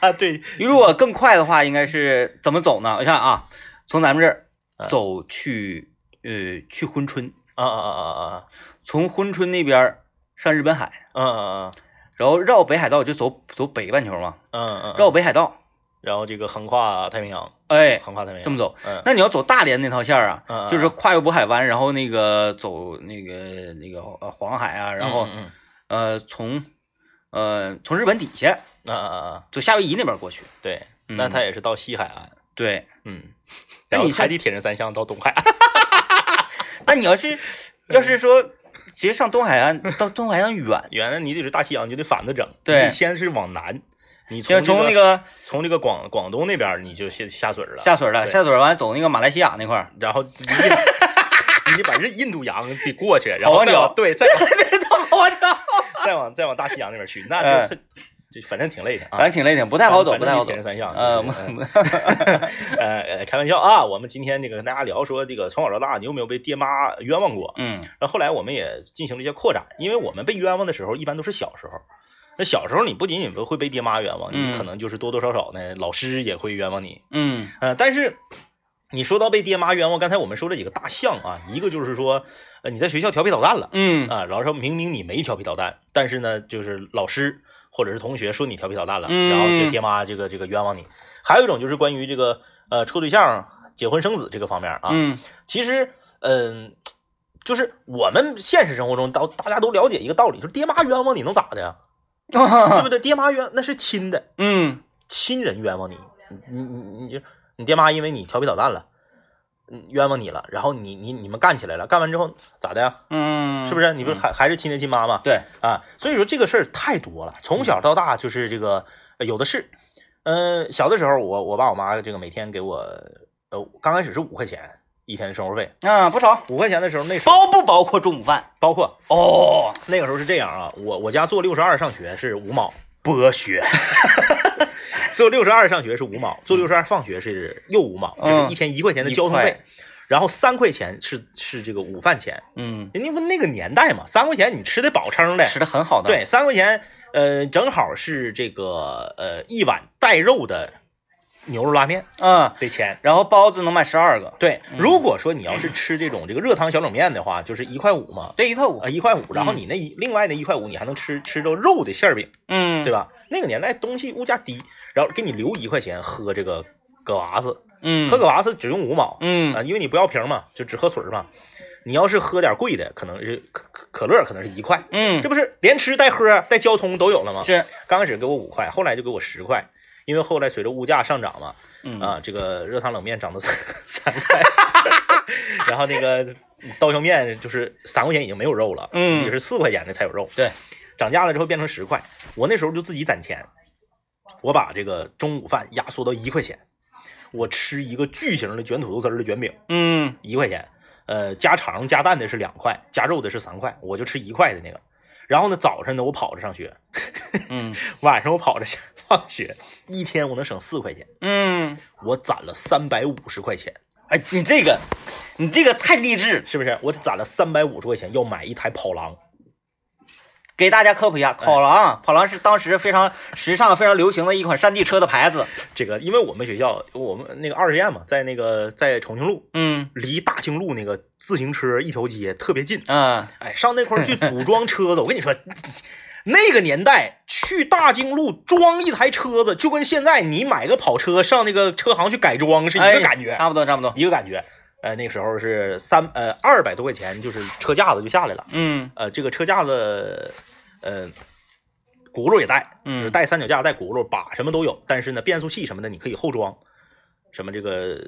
啊，对，
(laughs) 如果更快的话，应该是怎么走呢？我想想啊，从咱们这儿
嗯
走去呃去珲春，
啊啊啊啊啊，
从珲春那边儿上日本海，
嗯嗯
然后绕北海道就走走北半球嘛，
嗯嗯嗯，
绕北海道，
然后这个横跨太平洋，
哎，
横跨太平洋，
这么走。
嗯，
那你要走大连那套线儿
嗯
啊，
嗯
就是跨越渤海湾，然后那个走那个那个呃黄海啊，然后
嗯嗯
呃从呃从日本底下
嗯啊啊啊，
走夏威夷那边过去。
对，
嗯
那他也是到西海岸，
对，
嗯，
那
然后
你
海
像
底铁人三项到东海岸， (laughs)
那你要是要是说直接上东海岸，到东海岸远，
原来你得是大西洋，你就得反着整，
对
你得先是往南，你
要
从
从
那
那个
从这个广广东那边儿你就下下水了，
下水了，
对
下水完走那个马来西亚那块 (laughs) 儿，
然后你得 (laughs) 你得把这印度洋得过去，然
好
后
望
再
角
往对再往
我操，
再往再往大西洋那边去，那
哎
就它就反正挺累的
反
啊
正。挺累挺，不太好走，
反
不
正
太好
一
走
铁。人三项，
呃，
就是
我
(laughs) 呃呃，开玩笑啊！我们今天这个跟大家聊说，这个从小到大你有没有被爹妈冤枉过？
(laughs) 嗯
然后后来我们也进行了一些扩展，因为我们被冤枉的时候一般都是小时候。那小时候你不仅仅会被爹妈冤枉，
嗯
你可能就是多多少少呢，老师也会冤枉你。
嗯
呃，但是你说到被爹妈冤枉，刚才我们说了几个大项啊，一个就是说，呃，你在学校调皮捣蛋了
嗯
啊，然后说明明你没调皮捣蛋，但是呢，就是老师或者是同学说你调皮捣蛋了，
嗯
然后这爹妈这个这个冤枉你。还有一种就是关于这个呃处对象、结婚生子这个方面啊，
嗯 (laughs)
其实，嗯，就是我们现实生活中，到大家都了解一个道理，就是爹妈冤枉你能咋的呀？对不对？爹妈冤那是亲的，
嗯，
亲人冤枉你，你你你你你爹妈因为你调皮捣蛋了，嗯冤枉你了，然后你你你们干起来了，干完之后咋的呀？
嗯，
是不是？你不是
嗯
还还是亲爹亲妈吗？
对，
啊，所以说这个事儿太多了，从小到大就是这个、呃有的是。嗯，小的时候我我爸我妈这个每天给我，呃，刚开始是五块钱一天的生活费，
啊，不少，
五块钱的时候那时候
包不包括中午饭？
包括
哦，
那个时候是这样啊，我我家坐六十二上学是五毛，
剥削，
坐六十二上学是五毛，坐六十二放学是又五毛，
嗯
就是一天一块钱的
一
交通
块
费，然后三块钱是是这个午饭钱，
嗯，
人家不那个年代嘛，三块钱你吃的饱撑的，
吃的很好的，，
对，三块钱，呃，正好是这个呃一碗带肉的牛肉拉面
嗯，
得钱。
然后包子能买十二个，
对，如果说你要是吃这种这个热汤小冷面的话，就是一块五嘛，
对，一块五
呃，一块五，然后你那一另外那一块五，你还能吃吃着肉的馅儿饼，
嗯，
对
吧？
吧？那个年代东西物价低，然后给你留一块钱喝这个葛娃子，
嗯，
喝葛娃子只用五毛，啊，
嗯，
因为你不要瓶嘛，就只喝水嘛。你要是喝点贵的，可能是可可可乐，可能是一块，
嗯，
这不是连吃带喝带交通都有了吗？
是，
刚开始给我五块，后来就给我十块，因为后来随着物价上涨嘛，
嗯
啊，这个热汤冷面涨到三三
(laughs)
块， (laughs) 然后那个刀削面就是三块钱已经没有肉了，
嗯
也是四块钱的才有肉，
对，
涨价了之后变成十块，我那时候就自己攒钱，我把这个中午饭压缩到一块钱，我吃一个巨型的卷土豆丝儿的卷饼
嗯，
一块钱，呃，加肠加蛋的是两块，加肉的是三块，我就吃一块的那个。然后呢，早晨呢我跑着上学，
嗯，
晚上我跑着下 (laughs) 放学，一天我能省四块钱，
嗯，
我攒了三百五十块钱，
哎，你这个，你这个太励志了，
是不是？我攒了三百五十块钱要买一台跑狼，
给大家科普一下，跑狼，跑狼是当时非常时尚、非常流行的一款山地车的牌子，
这个因为我们学校我们那个二实验嘛，在那个在重庆路
嗯，
离大兴路那个自行车一条街特别近，
啊，
哎，上那块儿去组装车子，我跟你说。那个年代去大兴路装一台车子，就跟现在你买个跑车上那个车行去改装是一个
哎
感觉。
差不多，差不多，
一个感觉。呃，那个时候是三呃二百多块钱，就是车架子就下来了。
嗯
呃，这个车架子，呃，轱辘也带，
嗯
就是带三脚架、带轱辘、把什么都有。但是呢，变速器什么的你可以后装，什么这个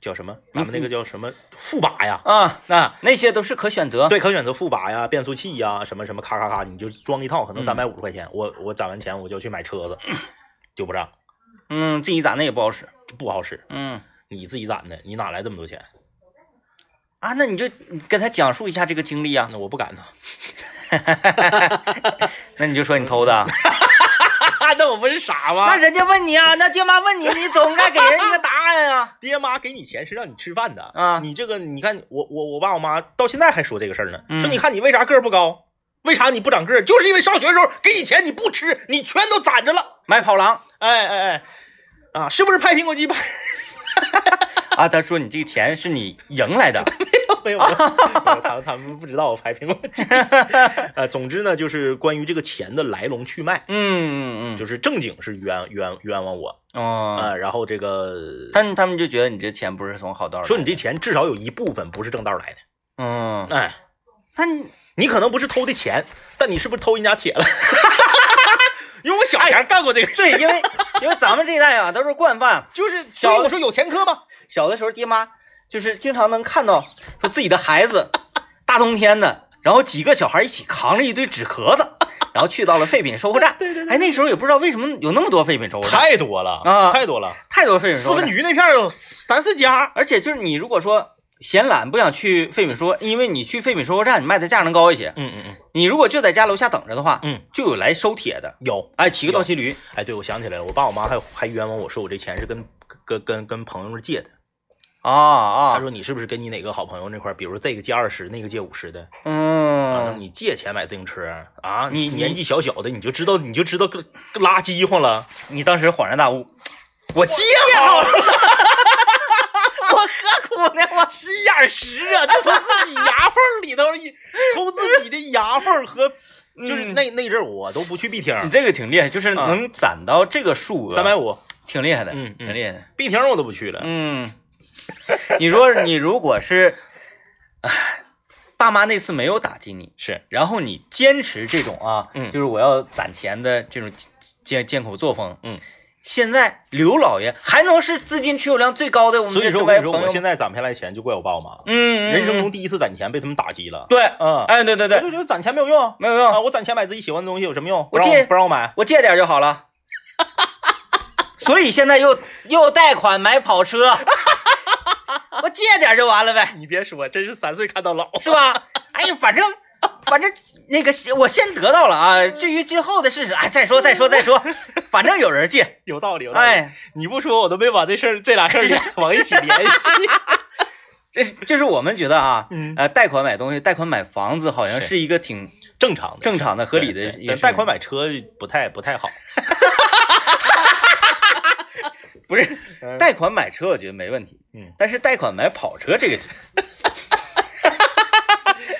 叫什么？咱们那个叫什么副把呀？
啊，
那、
那些都是可选择，，
对，可选择副把呀、变速器呀，什么什么，咔咔咔，你就装一套，可能三百五十块钱。我我攒完钱我就去买车子，就不让，
嗯，自己攒的也不好使，
就不好使。
嗯。
你自己攒的，你哪来这么多钱？
啊，那你就你跟他讲述一下这个经历啊，
那我不敢呢。
那你就说你偷的啊，
啊， (laughs) 那我不是
(laughs)
傻吗
那人家问你啊，那爹妈问你，你总该给人一个答案啊，
爹妈给你钱是让你吃饭的
啊
你这个，你看我我我爸我妈到现在还说这个事儿呢，
嗯
说你看你为啥个儿不高，为啥你不长个儿，就是因为上学的时候给你钱你不吃，你全都攒着了，
买跑狼
哎哎哎，啊，是不是拍苹果肌拍？ (laughs)
啊，他说你这个钱是你赢来的，
没有，没有没有他们他们不知道我拍苹果肌。 (laughs) 呃，总之呢，就是关于这个钱的来龙去脉，
嗯嗯嗯，
就是正经是冤冤冤枉我啊、
哦，
呃然后这个
他们他们就觉得你这钱不是从好道儿来
说你这钱至少有一部分不是正道来的，
嗯，
哎。
那你
你可能不是偷的钱，但你是不是偷人家铁了？ (laughs) 因为我小前儿干过这个事，
(laughs) 对，因为因为咱们这一代啊都是惯犯，
就是
小
所以我说有前科吗？
小的时候爹妈就是经常能看到说自己的孩子大冬天的，然后几个小孩一起扛着一堆纸壳子，然后去到了废品收购
(laughs)
站。对对哎，那时候也不知道为什么有那么多废品收购站，
太多了
啊
太多了。
太多废品收
四
购
分
站。
局那片儿有三四家，
而且就是你如果说嫌懒不想去废品收，因为你去废品收购站你卖的价能高一些，
嗯嗯嗯，
你如果就在家楼下等着的话，
嗯，
就有来收铁的，
有。
哎，骑个倒骑驴，
哎，对，我想起来了，我爸我妈还还冤枉我说我这钱是跟跟跟跟朋友们借的。
啊啊，
他说你是不是跟你哪个好朋友那块儿，比如说这个借二十，那个借五十的，完了
嗯，
你借钱买自行车啊？
你
年纪小小的你就知道你就知道个个拉饥荒 (laughs) 了，
你当时恍然大 (laughs) 悟，
我借好了。
(laughs) 我何苦呢？我
(laughs) 心眼实
(laughs)
啊，就从自己牙缝里头一，从自己的牙缝和，嗯就是那那阵儿我都不去必听，
你这个挺厉害，就是能攒到这个数额，
啊三百，五嗯
挺厉害的，
嗯嗯
挺厉害的，嗯
必听我都不去了。
(laughs) 嗯。你说你如果是，唉爸妈那次没有打击你，
是
然后你坚持这种啊，
嗯
就是我要攒钱的这种艰艰苦作风，
嗯。
现在刘老爷还能是资金持有量最高的我们
所以
的
说
周
我跟
白
你说，
朋友
我，现在攒不下来钱就怪我爸我妈，
嗯，嗯
人
嗯
生中第一次攒钱被他们打击了。
对，
嗯，
哎，对对
我就
对，
觉得攒钱没有用
没有
啊，
用，
我攒钱买自己喜欢的东西有什么用？
我
不让
借
不让我买，
我借点就好
(laughs)
了。所以现在又又贷款买跑车，
(laughs)
我借点就完了呗。
你别说，真是三岁看到老。
是吧？哎呀，反正反正那个我先得到了啊，至于今后的事情，哎，再说再说再说，反正有人借，
有道理，有道理。
哎，
你不说我都没把这事儿这俩事儿往一起联系。
这就是我们觉得啊，
嗯，
呃，贷款买东西，贷款买房子，好像
是
是一个挺
正常的，
正常的、合理
对
的
对
一个
但
事
贷
情
款买车不太不太好。
不是
嗯
贷款买车，我觉得没问题，
嗯，
但是贷款买跑车这个，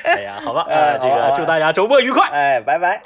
哎呀，好吧，
哎
呃，这
好吧
(laughs) 哎啊个祝大家周末愉快。
哎，拜拜。